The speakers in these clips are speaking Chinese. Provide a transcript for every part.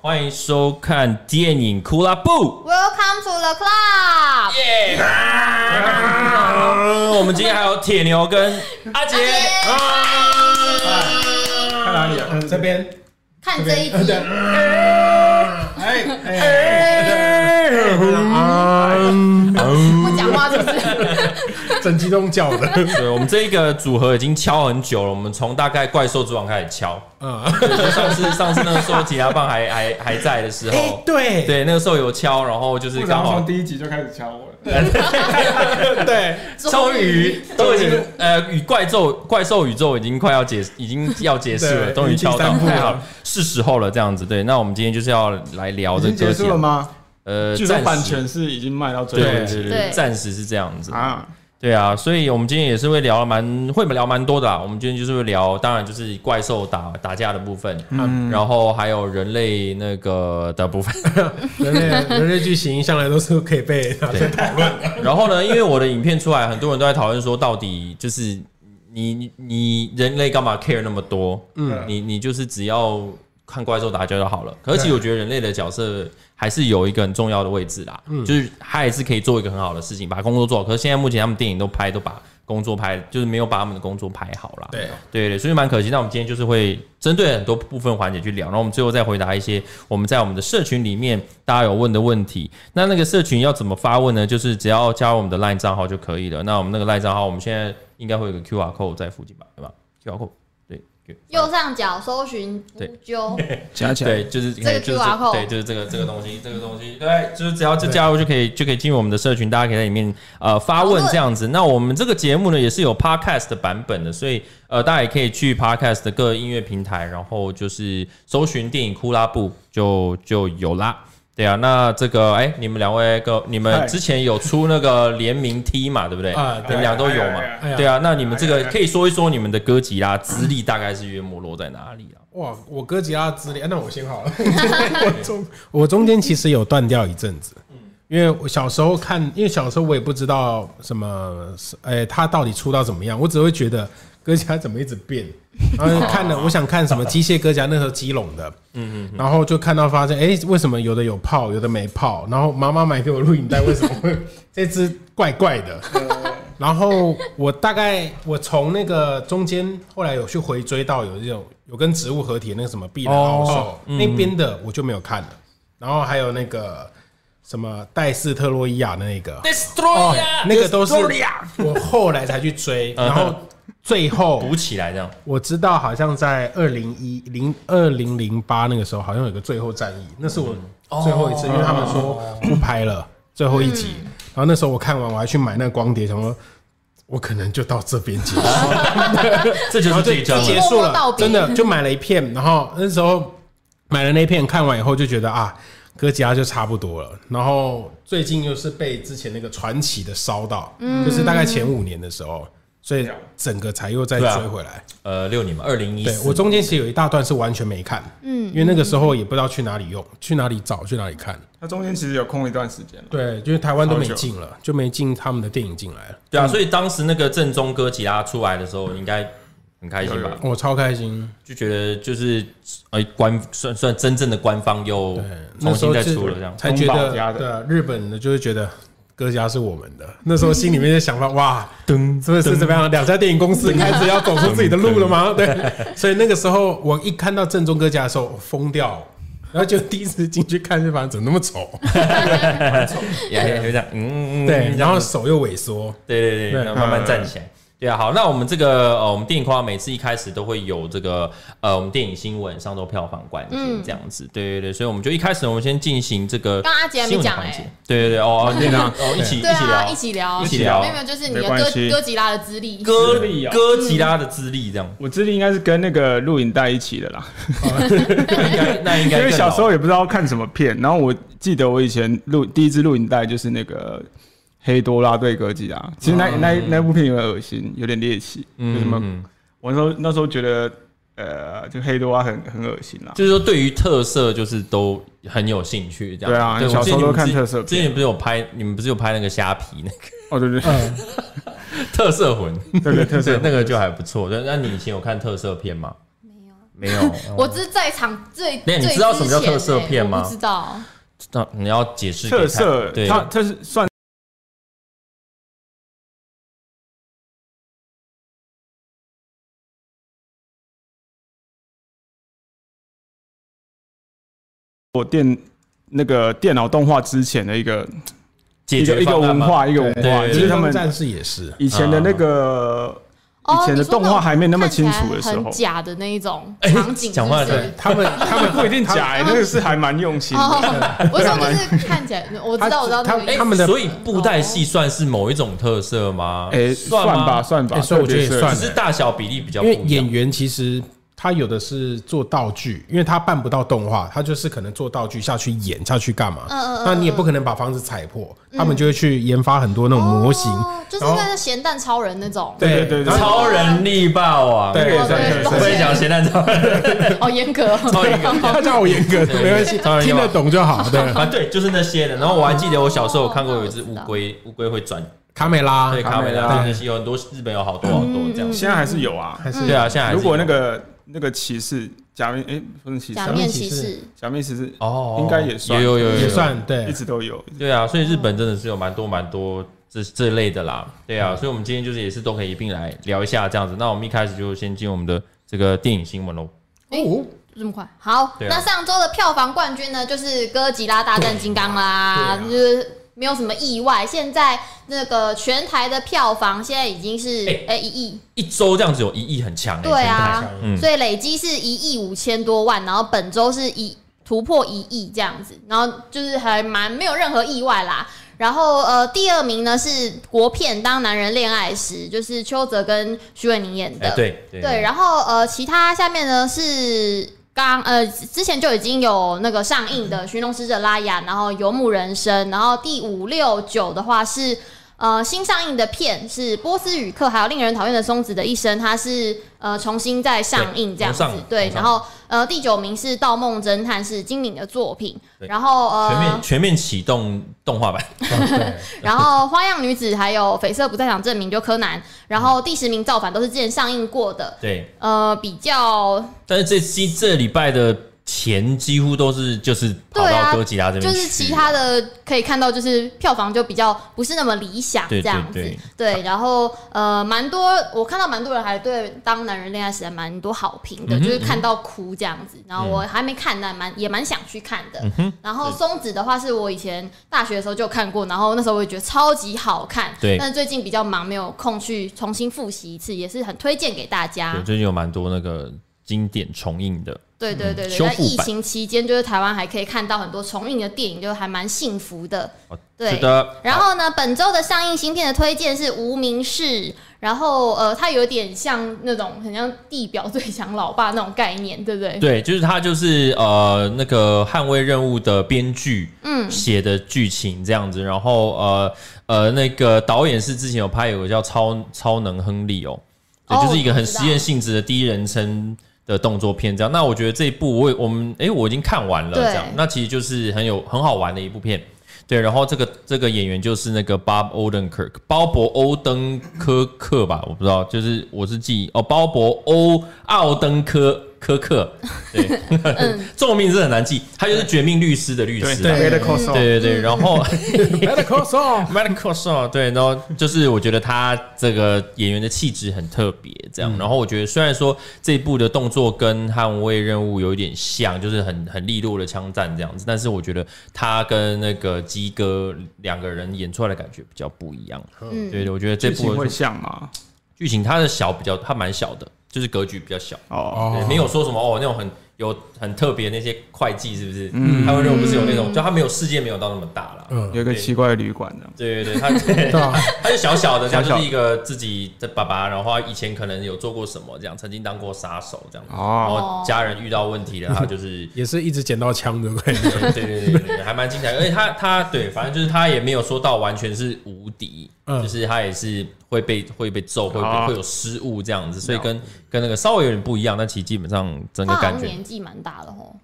欢迎收看电影库拉布。 Welcome to the club。耶！嗯我们今天还有铁牛跟 阿杰。看哪里啊？这边，看这一集，哎哎，不讲话就是。 整集都用叫的，对，我们这一个组合已经敲很久了，我们从大概怪兽之王开始敲。啊，对，就上次上次那个时候，吉他棒还 还还在的时哎候，，对对，那个时候有敲，然后就是部刚长好从第一集就开始敲我了。对，终于都已经呃，与怪兽怪兽宇宙已经快要结，已经要结束了，对终于敲已到，经第三部了太好了，是时候了，这样子。对，那我们今天就是要来聊已这经个结束了吗？呃，据说暂版时权是已经卖到最对后对一集对对，对暂时是这样子。啊，对啊，所以我们今天也是会聊蛮会聊蛮多的啦。啊我们今天就是会聊，当然就是怪兽打打架的部分，嗯，然后还有人类那个的 部分。人类人类剧情向来都是可以被拿出来讨论的，然后呢，因为我的影片出来，很多人都在讨论说，到底就是你你你人类干嘛 care 那么多？嗯嗯，你你就是只要看怪兽打架就好了。可是其实对我觉得人类的角色还是有一个很重要的位置啦，嗯就是他也是可以做一个很好的事情，把工作做好。可是现在目前他们电影都拍都把工作拍，就是没有把他们的工作拍好啦。对，对对，所以蛮可惜。那我们今天就是会针对很多部分环节去聊，然后我们最后再回答一些我们在我们的社群里面大家有问的问题。那那个社群要怎么发问呢？就是只要加入我们的 LINE 账号就可以了。那我们那个 LINE 账号，我们现在应该会有个 QR code 在附近吧？对吧？QR code 对。右上角搜寻不 究，加起来对，就是这个就是 QR code 对，就是这个这个东西，这个东西，对，就是只要就加入就可以，就可以进入我们的社群，大家可以在里面呃发讨问论这样子。那我们这个节目呢也是有 podcast 的版本的，所以呃大家也可以去 podcast 的各音乐平台，然后就是搜寻电影库拉布就就有啦。对啊，那这个哎、你们两位个你们嗨之前有出那个联名 T 嘛，对不对？啊你们俩都有嘛哎呀哎呀？哎呀对啊，那你们这个可以说一说你们的歌集啦，资历大概是约莫落在哪里啊？哇，我哥吉拉的资历，啊那我先好了。我中我中间其实有断掉一阵子，因为我小时候看，因为小时候我也不知道什么，哎，他到底出到怎么样，我只会觉得哥吉拉怎么一直变， 然后就看了，我想看什么机械哥吉拉，那时候基隆的，嗯嗯，然后就看到发现，哎，为什么有的有泡，有的没泡，然后妈妈买给我录影带，为什么会这只怪怪 的？然后我大概我从那个中间后来有去回追到有这种有跟植物合体的那个什么碧蓝奥兽、哦那边的我就没有看了，然后还有那个什么戴斯特洛伊亚的那个，哦那个都是我后来才去追，然后最后补起来这样。我知道好像在二零一零二零零八那个时候好像有个最后战役，那是嗯我最后一哦次，因为他们说不拍了最后一集，然后那时候我看完我还去买那个光碟，想说我可能就到这边结束。这就是这一张了就结束默默道了，别真的就买了一片，然后那时候买了那片，看完以后就觉得啊，哥吉拉就差不多了。然后最近又是被之前那个传奇的烧到，就是大概前五年的时候，所以整个才又再对啊追回来。呃，六年吧，二零一对四。我中间其实有一大段是完全没看，嗯，因为那个时候也不知道去哪里用，去哪里找，去哪里看。它中间其实有空一段时间了。对，就是台湾都没超久进了，就没进他们的电影进来了。对啊，所以当时那个正宗哥吉拉出来的时候，你应该很开心有吧有？我超开心，就觉得就是呃官算算真正的官方又对，嗯重那时新候再是出了这样。哦才觉东宝家得的对啊日本的，就是觉得各家是我们的。那时候心里面就想到，哇，噔真的是怎么样？两家电影公司开始要走出自己的路了吗？对，所以那个时候我一看到正宗哥家的时候，我疯掉。然后就第一次进去看，就发现怎么那么丑，也也会这样，嗯，嗯嗯对，这样然后手又萎缩，对对对，对那慢慢站起来。对啊，好，那我们这个呃，我们电影框每次一开始都会有这个呃，我们电影新闻上周票房冠军这样子，对对对，所以我们就一开始我们先进行这个嗯刚刚阿杰还没新闻的讲环节欸，对对对，哦，哦那个哦，一起一对起啊，聊一，起聊，一起聊没有没有，就是你的没关哥系哥吉拉的资历，哥资历哦哥吉拉的资历这 样，我资历应该是跟那个录影带一起的啦，那应该那应因该哦为更小老时候也不知道看什么片，然后我记得我以前录第一支录影带就是那个黑多拉对哥吉拉，啊其实那那那部片有点恶心，有点猎奇，就什么嗯，我那时候那时候觉得，呃，就黑多拉很很恶心啦。就是说对于特色就是都很有兴趣这样。对啊我小记时候得你们都看之特色片之前不是有拍，你们不是有拍那个虾皮那个哦，对对对特色魂？ 对对，特色对，那个就还不错。那那你以前有看特色片吗？没有，没有，我这是在场最，那你最知道什么叫之前特色欸片吗我不知道，那你要解释给特他色对，它它是算我电那个电脑动画之前的一个解一决个一个方案文吗，化一个文化，对啊就是金他刚们战士也是，以前的那个哦以前的动画还没那么清楚的你时说那候种看起来很假的那一种哎场景，讲话是不对 是？他们他们不一定假欸，那个是还蛮用心的。哦， 我说就是看起来，我知道，我知道那个意哎哎思。他们的所以布袋戏算是某一种特色吗？哎，算吗吧，，算吧，哎算我觉得也特别是算只是大小比例比较因不为一演样。员其实他有的是做道具，因为他办不到动画，他就是可能做道具下去演下去干嘛？嗯嗯嗯那你也不可能把房子踩破，嗯他们就会去研发很多那种模型。哦就是然那后个咸蛋超人那种。对对对对，对超人力霸王，对哦对我跟你讲，咸蛋超人，哦，严格。超严格他叫我严格，对没关系，当然有听得懂就好。 对，啊，对，就是那些的。然后我还记得我小时候有看过有一只哦乌龟，嗯乌龟会转卡美拉对，卡美梅拉拉，有很多日本有好多好多这样。现在还是有啊。还是对啊，现在还是如果那有个那个骑士假面，哎，不是骑 士假啊，面骑士，假面骑士哦，应该也算有有有有也算一对。直都有。对啊，所以日本真的是有蛮多蛮多这这类的啦，对嗯啊，所以我们今天就是也是都可以一并来聊一下这样子。那我们一开始就先进我们的这个电影新闻喽。哦哎，这么快？好，对啊那上周的票房冠军呢，就是《哥吉拉大战金刚》啦，对啊就是。没有什么意外，现在那个全台的票房现在已经是哎哎一亿，一周这样子有一亿很强欸，对全台啊票，嗯所以累积是一亿五千多万，然后本周是一突破一亿这样子，然后就是还蛮没有任何意外啦。然后呃，第二名呢是国片《当男人恋爱时》，就是邱泽跟徐伟宁演的。哎、对对对，然后呃，其他下面呢是刚呃之前就已经有那个上映的《寻龙使者拉雅》，然后《游牧人生》，然后第五六九的话是呃新上映的片是《波斯语课》，还有《令人讨厌的松子的一生》，它是呃重新再上映这样子重上。对，重上然后呃第九名是《盗梦侦探》，是金敏的作品。对然后全面呃，全面启动动画版，对然后《花样女子》还有《绯色不在场证明》就柯南，然后第十名《造反》都是之前上映过的。对。呃，比较但是这期这礼拜的钱几乎都是就是跑对啊到哥吉拉这边去啊就了，是其他的可以看到，就是票房就比较不是那么理想对这样子。对对然后呃，蛮多我看到蛮多人还对《当男人恋爱时》还蛮多好评的，嗯哼就是看到哭这样子。然后我还没看，但蛮也蛮想去看的。嗯然后松子的话，是我以前大学的时候就看过，然后那时候我也觉得超级好看。对但是最近比较忙，没有空去重新复习一次，也是很推荐给大家对。最近有蛮多那个经典重映的，对对对对，嗯修在复疫版情期间，就是台湾还可以看到很多重映的电影，就还蛮幸福的哦。对是，的，然后呢，本周的上映新片的推荐是《无名氏》，然后呃，它有点像那种很像地表最强老爸那种概念，对不对？对，就是他就是呃那个捍卫任务的编剧，嗯，写的剧情这样子，然后呃呃，那个导演是之前有拍有个叫超《超能亨利》哦，对，哦就是一个很我知道实验性质的第一人称的动作片这样。那我觉得这一部我也我们诶，我已经看完了对这样，那其实就是很有很好玩的一部片。对，然后这个这个演员就是那个 Bob Odenkirk，鲍勃·欧登科克吧，我不知道，就是我是记哦，鲍勃·欧奥登科科克，对， 这种名字很难记，他就是《绝命律师》的律师啊，对，Made c o s 对对嗯对，然后，Medical Song， medical show，对，然后就是我觉得他这个演员的气质很特别，这样。然后我觉得虽然说这一部的动作跟《捍卫任务》有一点像，就是很很利落的枪战这样子，但是我觉得他跟那个鸡哥两个人演出来的感觉比较不一样。嗯对对，我觉得这剧情部会像吗？剧情它的小比较，它蛮小的，就是格局比较小。哦，哦对，没有说什么哦，那种很有很特别那些会计是不是？嗯，捍卫任务不是有那种，就他没有世界没有到那么大啦。嗯，有一个奇怪的旅馆这样。对对对，他对对啊，他就小小的，这样小小就是一个自己的爸爸，然后他以前可能有做过什么，这样曾经当过杀手这样，然哦，后家人遇到问题了，他就是。也是一直捡到枪的感觉。对对对对对，还蛮精彩的，而且他他对，反正就是他也没有说到完全是无敌，嗯就是他也是会被会被揍，会被啊会有失误这样子，所以跟跟那个稍微有点不一样，但其实基本上整个他好感像觉，年纪蛮大的吼，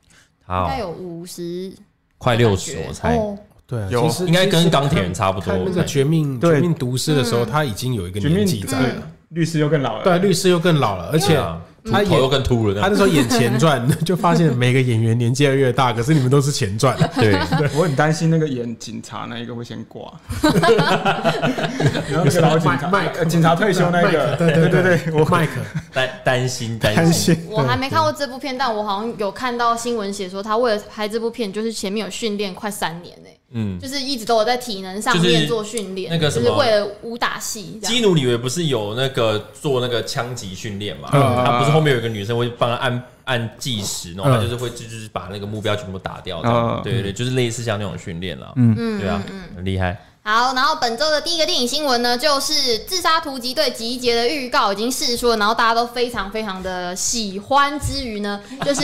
他应该哦有五十，快六十，我猜哦对啊，有其实应该跟钢铁人差不多嗯看，那我个猜《绝命对绝命毒师》的时候，他已经有一个绝年命纪在对了，律师又更老了。对，律师又更老了，而且啊他头又演更秃了那他样。那时候演前传，就发现每个演员年纪越来越大，可是你们都是前传，对，我很担心那个演警察那一个会先挂，然后那个老警察，麦克呃警察退休那个，对对对对，我麦克担担心担担心。心。我还没看过这部片，但我好像有看到新闻写说，他为了拍这部片，就是前面有训练快三年呢、嗯，就是一直都有在体能上就是面做训练，那个什就么是为了武打戏这样。基努里维不是有那个做那个枪击训练嘛？嗯他不是后面有一个女生会帮他按按计时，然后嗯他就是会就就是把那个目标全部打掉这样。嗯对对对，就是类似像那种训练啦。嗯对啊，很厉害。好，然后本周的第一个电影新闻呢，就是《自杀突击队集结》的预告已经释出了，然后大家都非常非常的喜欢之余呢，就是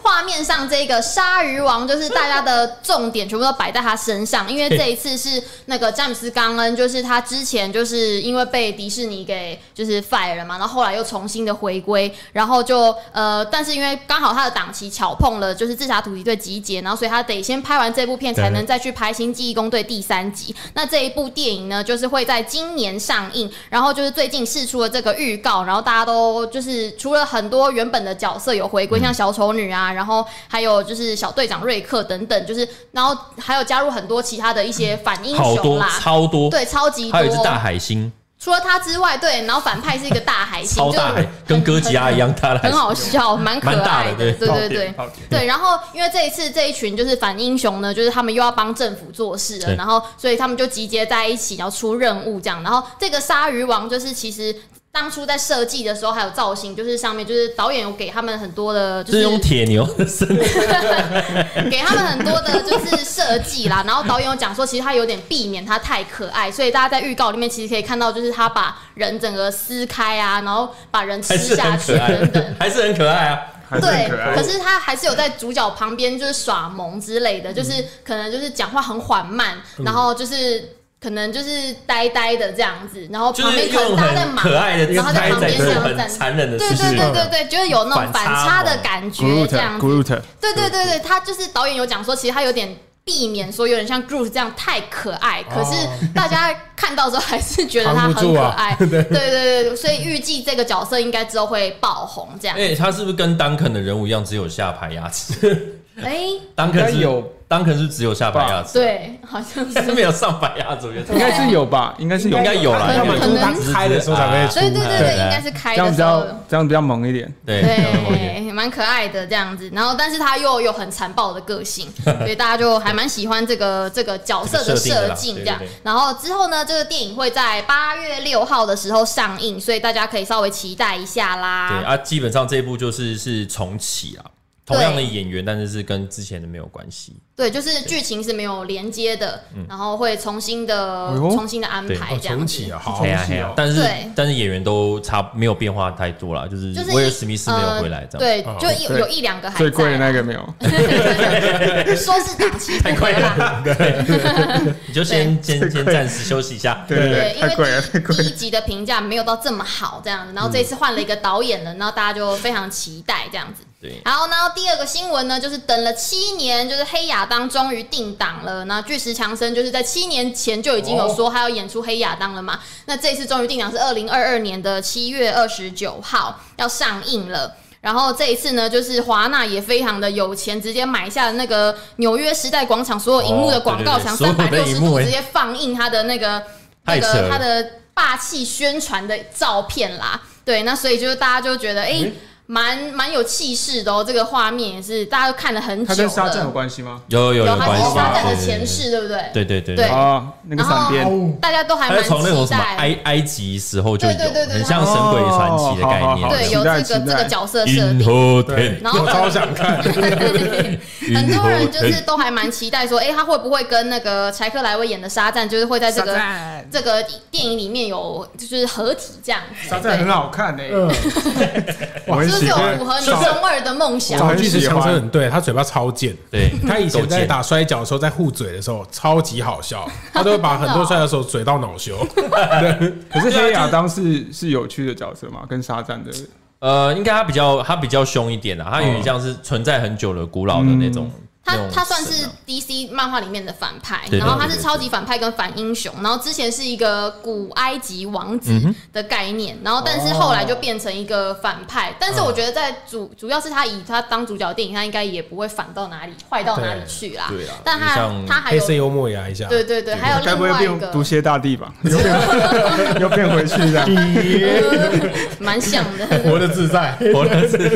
画面上这个鲨鱼王，就是大家的重点全部都摆在他身上，因为这一次是那个詹姆斯·冈恩，就是他之前就是因为被迪士尼给就是 fire 了嘛，然后后来又重新的回归，然后就呃，但是因为刚好他的档期巧碰了，就是《自杀突击队集结》，然后所以他得先拍完这部片才能再去拍《新记忆工队》第三集。那这一部电影呢，就是会在今年上映，然后就是最近试出了这个预告，然后大家都就是除了很多原本的角色有嗯回归，像小丑女啊，然后还有就是小队长瑞克等等，就是然后还有加入很多其他的一些反英好雄多啦，超多，对，超级多还有一只大海星，除了他之外，对，然后反派是一个大海星，超大海就，跟哥吉拉一样大的海很星。好笑，蛮可蛮大爱的的，对对对爆点对。爆点对，嗯然后因为这一次这一群就是反英雄呢，就是他们又要帮政府做事了，对然后所以他们就集结在一起，然后出任务这样。然后这个鲨鱼王就是其实当初在设计的时候还有造型，就是上面就是导演有给他们很多的，就就是是用铁牛的身体，给他们很多的就是设计 啦，然后导演有讲说，其实他有点避免他太可爱，所以大家在预告里面其实可以看到，就是他把人整个撕开啊，然后把人吃还是下很去可爱等等。， 还是很可爱啊。还是对很可，爱可。是他还是有在主角旁边就是耍萌之类嗯的，就是可能就是讲话很缓慢，然后就是可能就是呆呆的这样子，然后就旁是边可能用大家在很忙，可爱的然后姿在态旁在边做想很站。残忍的对事对情，对对对，就是有那种反反差差的萌感哦觉这样子。 Groot，Groot，对对对对，他就是导演有讲说，其实他有点避免说有点像 Groot 这样太可哦爱，可是大家看到之后还是觉得他扛很不住可啊爱。对对对对，所以预计这个角色应该之后会爆红这样。哎、他是不是跟丹肯的人物一样，只有下排牙齿？哎，丹肯是应该有，丹肯是只有下排牙齿，对，好像是是。没有上排牙齿，我觉得应该是有吧？ 应该是有，应该有啦，可能应该有可能他只是开的时候才会出所以对对对，对啊应该是开这样的比时候。较这样比较萌一点。对对对，蛮可爱的这样子，然后但是他又有很残暴的 个性，所以大家就还蛮喜欢这个这个角色的设定这样这个设定的啦对对对。然后之后呢，这个电影会在八月六号的时候上映，所以大家可以稍微期待一下对啦。啊，基本上这一部就是是重启啊，同样的演员，但是是跟之前的没有关系。对，就是剧情是没有连接的，然后会重新的哎呦重新的安嗯对排哦这样子重启。啊，好嘿呀嘿呀但是对但是演员都差没有变化太多啦，就是就是威尔一呃史密斯没有回来这样。对哦，就有对有一两个还最贵的在那啊，个没有， 说是档期 不回来。你就先先先暂时休息一下。对对，对，因为太贵了，第太贵一第了一。集的评价没有到这么好，这样子。然后这一次换了一个导演了，然后大家就非常期待这样子。对，然后，然后第二个新闻呢，就是等了七年，就是《黑亚当》终于定档了。那巨石强森就是在七年前就已经有说他要演出《黑亚当》了嘛。那这次终于定档是二零二二年的七月二十九号要上映了。然后这一次呢，就是华纳也非常的有钱，直接买下了那个纽约时代广场所有荧幕的广告墙，哦对三百对对六所有的十荧幕度哎直接放映他的那个那太扯个了他的霸气宣传的照片啦。对，那所以就是大家就觉得，哎、蛮蛮有气势的哦，这个画面也是大家都看了很久 它了。跟沙赞有关系吗？有有有它关是系。沙赞的对前世，对不对？对对对对哦，那个闪然电，大家都还他蛮是从那种期什么待。埃埃及时候就有，对对对对很像《神鬼传奇》的概念。哦好好好对，有期这待个期这待个角色设银定。河对天，然后我超想 看，很多人就是都还蛮期待说，哎、他会不会跟那个柴克莱维演的沙赞，就是会在这个赞，这个电影里面有就是合体这样子，沙赞很好看欸诶，嗯，我很就是喜有欢符。合你中二的梦想。找巨石强森很对，他嘴巴超贱。对，他以前够在贱打摔跤的时候，在护嘴的时候超级好笑，他都会把很多摔跤的时候嘴到恼羞。可啊是黑亚当是是有趣的角色嘛，跟沙赞的啊呃，应该他比较他比较凶一点啦，他有点像是存在很久的古老的那种那他种他算神是啊 DC 漫画里面的反派，对然后他对是对超级反派跟反英雄，然后之前是一个古埃及王嗯子的概念，然后但是后来就变成一个反哦派，但是我觉得在主主要是他以他当主角的电影，他应该也不会反到哪里坏到哪里对去啦，对啊但就他像他还黑有色幽默压一啊下，对对对，还有该不会另外一变个毒蝎大帝吧？ 又变又变回去 这样。蛮像 的。活的自在。活了是，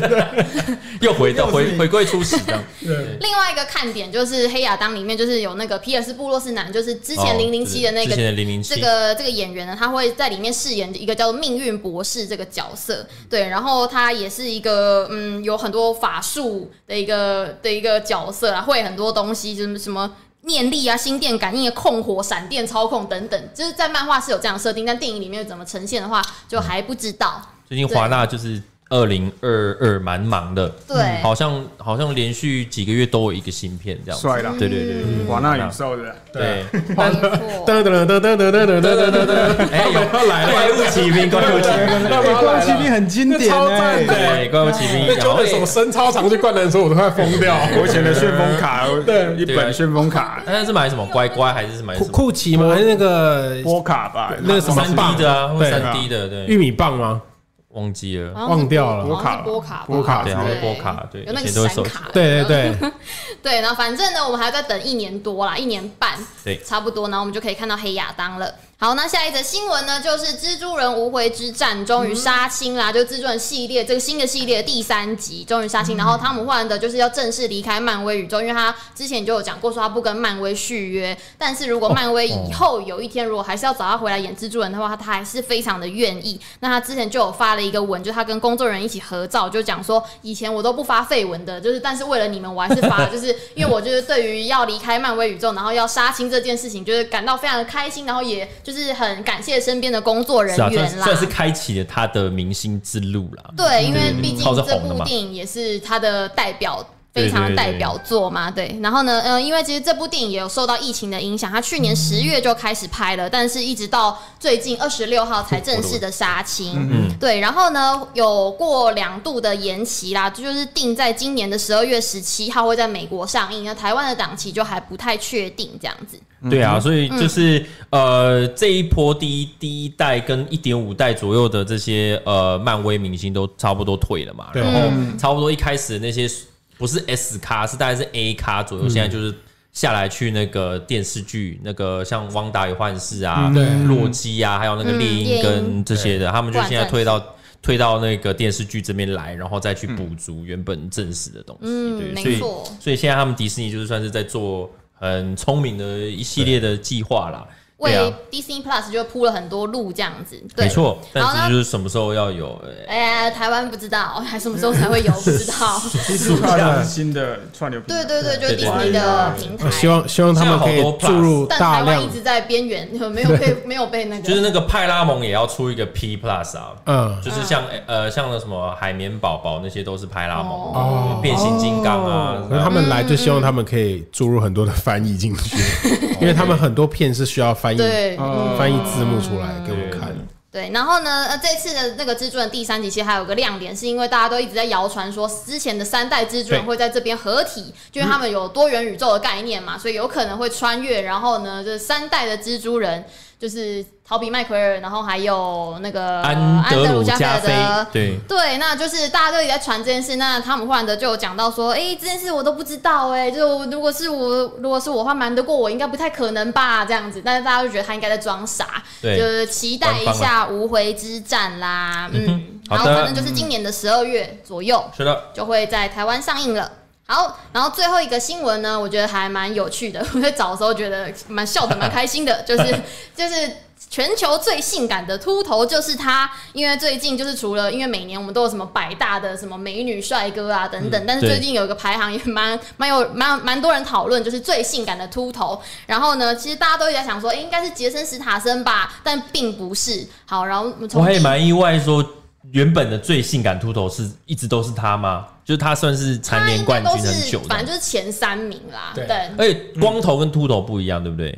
又回到回回归初始这样。对，另外一个看点就是《黑亚当》里面就是有那个皮尔斯布洛斯南，就是 之前哦零零七的那之个前的零零七这个这个演员呢，他会在里面饰演一个叫做命运博士这个角色，对，然后他也是一个嗯有很多法术的一个的一个角色啊，会很多东西，就是什么。念力啊，心电感应、控火、闪电操控等等，就是在漫画是有这样设定，但电影里面怎么呈现的话，就还不知道。最近华纳就是二零二二蛮忙的，对嗯好像好像连续几个月都有一个新片这样子。帅嗯啦对对对对哇，那宇宙的，对，没错，噔噔噔噔噔噔噔噔噔噔，哎，有要来了怪物骑兵，怪物骑兵，哎，怪物骑兵很经典超哎赞的。对，怪物骑兵，那然后哎 Jordan 手伸超长去灌篮的时候，我都快疯掉。我以前的旋风卡，对一本旋风卡，他那是买什么乖乖还是买什酷么酷奇吗？还是那个波卡吧，那个什么三 D 的啊，或对三 D 的，对，玉米棒吗？忘记了，好像是忘掉了好像是波卡吧，波卡对，之好类的像波卡，对，有以那个前都会闪收集。卡，对对对， 对，然后反正呢，我们还要再等一年多啦，一年半，对差不多，然后我们就可以看到黑亚当了。好，那下一则新闻呢，就是蜘蛛人无悔之战终于杀青啦，就蜘蛛人系列这个新的系列的第三集终于杀青，然后汤姆·霍兰德就是要正式离开漫威宇宙，因为他之前就有讲过说他不跟漫威续约，但是如果漫威以后有一天如果还是要找他回来演蜘蛛人的话，他还是非常的愿意。那他之前就有发了一个文，就他跟工作人员一起合照，就讲说以前我都不发绯闻的，就是但是为了你们我还是发，就是因为我就是对于要离开漫威宇宙，然后要杀青这件事情，就是感到非常的开心，然后也就是很感谢身边的工作人是啊，算员啦。算是开启了他的明星之路啦。对，因为毕竟靠着这红的部嘛电影也是他的代表。对非常的对对代表作嘛，对。然后呢，呃，因为其实这部电影也有受到疫情的影响，它去年十月就开始拍了，但是一直到最近二十六号才正式的杀青。嗯对。然后呢，有过两度的延期啦，就是定在今年的十二月十七号会在美国上映，那台湾的档期就还不太确定这样子。对啊，所以嗯就是呃，这一波第一第一代跟一点五代左右的这些呃漫威明星都差不多退了嘛，对然嗯后差不多一开始那些不是 S 咖，是大概是 A 咖左右，现在就是。下来去那个电视剧，那个像《汪达与幻视》啊，对洛基啊，还有那个嗯猎猎鹰鹰跟这嗯些的，他们就现在冠战退到退到那个电视剧这边来，然后再去补足原本正史的东西。嗯，对，所没以错。所以现在他们迪士尼就是算是在做很聪明的一系列的计划啦。对为啊， Disney Plus 就铺了很多路这样子，对没错。好但那是就是什么时候要有？呃哎、台湾不知道， 还什么时候才 会有不知道。其实它是新的串流平对台，对对，就是迪对士尼的平台我。希望希望他们可以注入但台大湾量一，直在边缘， 没有被没有被那个。就是那个派拉蒙也要出一个 P Plus 啊，哦嗯，就是像呃像那什么海绵宝宝那些都是派拉蒙，哦对变形金刚啊，哦然后他们来就希望他们可以注入很多的翻译进去，因为他们很多片是需要翻译对、嗯哦翻译字幕出来给对我们看。对，然后呢，呃，这次的那个蜘蛛人第三集其实还有个亮点，是因为大家都一直在谣传说之前的三代蜘蛛对人会在这边合体，就是他们有多元宇宙的概念嗯嘛，所以有可能会穿越。然后呢，就是三代的蜘蛛人就是逃避麦奎尔，然后还有那个安德鲁加加菲的，对。对，那就是大家都一直在传这件事。那汤姆·霍兰德就有讲到说，哎、这件事我都不知道、哎，就如果是我，如果是我的话，瞒得过我，应该不太可能吧，这样子。但是大家就觉得他应该在装傻，就对是期待一官方啊下无回之战啦，嗯，好然的后反正就是今年的十二月左右，是的，就会在台湾上映了。好，然后最后一个新闻呢，我觉得还蛮有趣的。 我在找的时候觉得蛮笑的，蛮开 心的，就是就是全球最性感的秃头就是他，因为最近就是除了因为每年我们都有什么百大的什么美女帅哥啊等等，但嗯是对最近有一个排行也蛮蛮有蛮蛮多人讨论，就是最性感的秃头。然后呢，其实大家都一直在想说，哎、应该是杰森斯塔森吧，但并不是。好，然后我们我从还第一蛮意外，说原本的最性感秃头是一直都是他吗？就是他算是他蝉联应冠该都军是很久反正的，就是前三名啦，对对而且光头跟秃头不一样，对不对？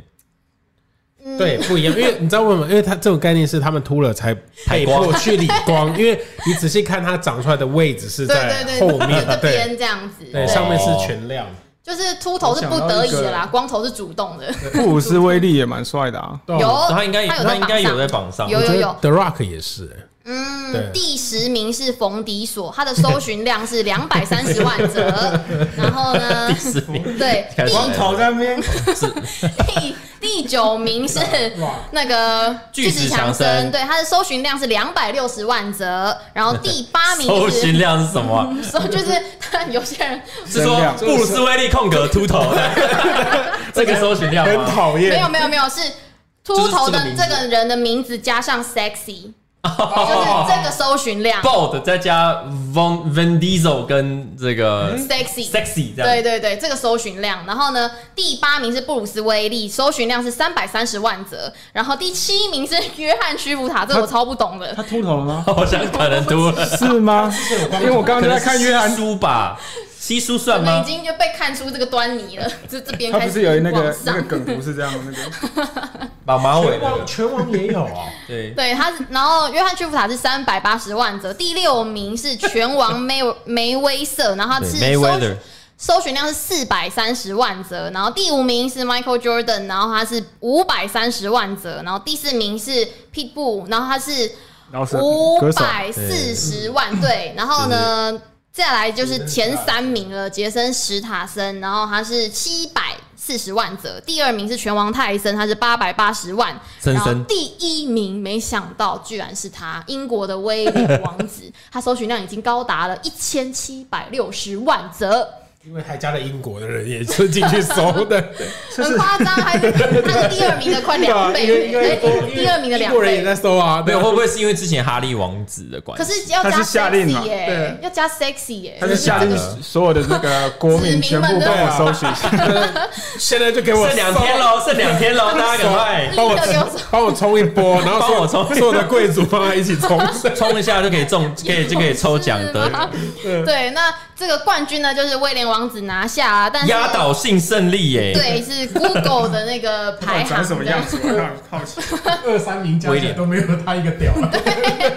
对，不一样，因为你知道为什么？因为它这种概念是他们秃了才被迫去理光，因为你仔细看它长出来的位置是在对对对，后面这，对边这样子。对，对上面是全亮，就是秃头是不得已的啦，光头是主动的。布鲁斯威利也蛮帅的啊，对啊有我哦他应该哦他有他在应该有榜在上榜上，有觉得 The Rock 也是、对嗯，第十名是冯迪索，他的搜寻量是两百三十万则。然 后呢，四名对，开始第在那边，第第九名是那个巨石强森对，他的搜寻量是两百六十万则。然后 第八 名搜是寻量是什么啊？搜 就是他有些人是说量布鲁斯威利空格秃头的 这个搜寻量很吗？讨没有厌。没有没有是秃头的就是这个名字这个人的名字加上 sexy，就是哦这个搜寻量 Bold 再加 Von Van Diesel 跟这个 sexy。 Sexy 这对样，对对，这个搜寻量，然后呢，第八名是布鲁斯威利，搜寻量是三百三十万则，然后第七名是约翰屈服塔，这我超不懂的。他秃头了吗？好像可能 秃了， 是吗？因为我刚刚可就能在看约翰，书吧，稀疏我算们已吗？经就被看出这个端倪了，这这边他开不始是有那个往那上个梗图是这样的那 个，绑马尾拳那王个，拳王也有啊，对，对，他是，然后约翰屈服塔是三百八十万则，第六名是拳王梅 梅威瑟，然后他是对搜 Mayweather 搜寻量是四百三十万则，然后第五名是 Michael Jordan，然后他是五百三十万则，然后第四名是 Pitbull，然后他是然后是五歌手，百四十万，对，然后呢，再来就是前三名了，杰森·史塔森，然后他是七百四十万则，第二名是拳王泰森，他是八百八十万，森然后森第一名没想到居然是他，英国的威廉王子， 他搜寻量已经高达了一千七百六十万则， 因为还加了英国的人也是进去搜的，很夸张，还是他是第二名的快两倍，因为因为对第二名的英两国人也倍。在搜啊，没有对会不会是因为之前哈利王子的关可系？是要他加是夏令 sexy 嘛耶、对要加 sexy 耶、他是下令啊所有的那个国民全部帮我搜寻一下， 现在就给我剩两天了，喽，剩两天喽，大家赶 快帮我立刻给我搜帮我冲一波，然后帮我冲所有所有的贵族帮他一起冲。冲一下就可以中，可以就可以抽奖是的吗。对，那这个冠军呢，就是威廉王子拿下啊，但是压倒性胜利耶！对是 Google 的那个排行长什么样这子？我很好奇。二三名加威廉都没有他一个屌了，样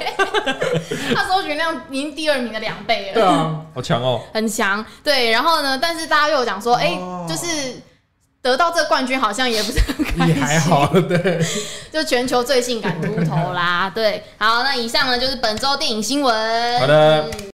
他搜寻量已经第二名的两倍对了，啊，好强哦！很强。对，然后呢，但是大家又有讲说，哎、就是。得到这个冠军好像也不是很开也心，还好，对，就全球最性感秃头啦。对，好，那以上呢就是本周电影新闻。好的，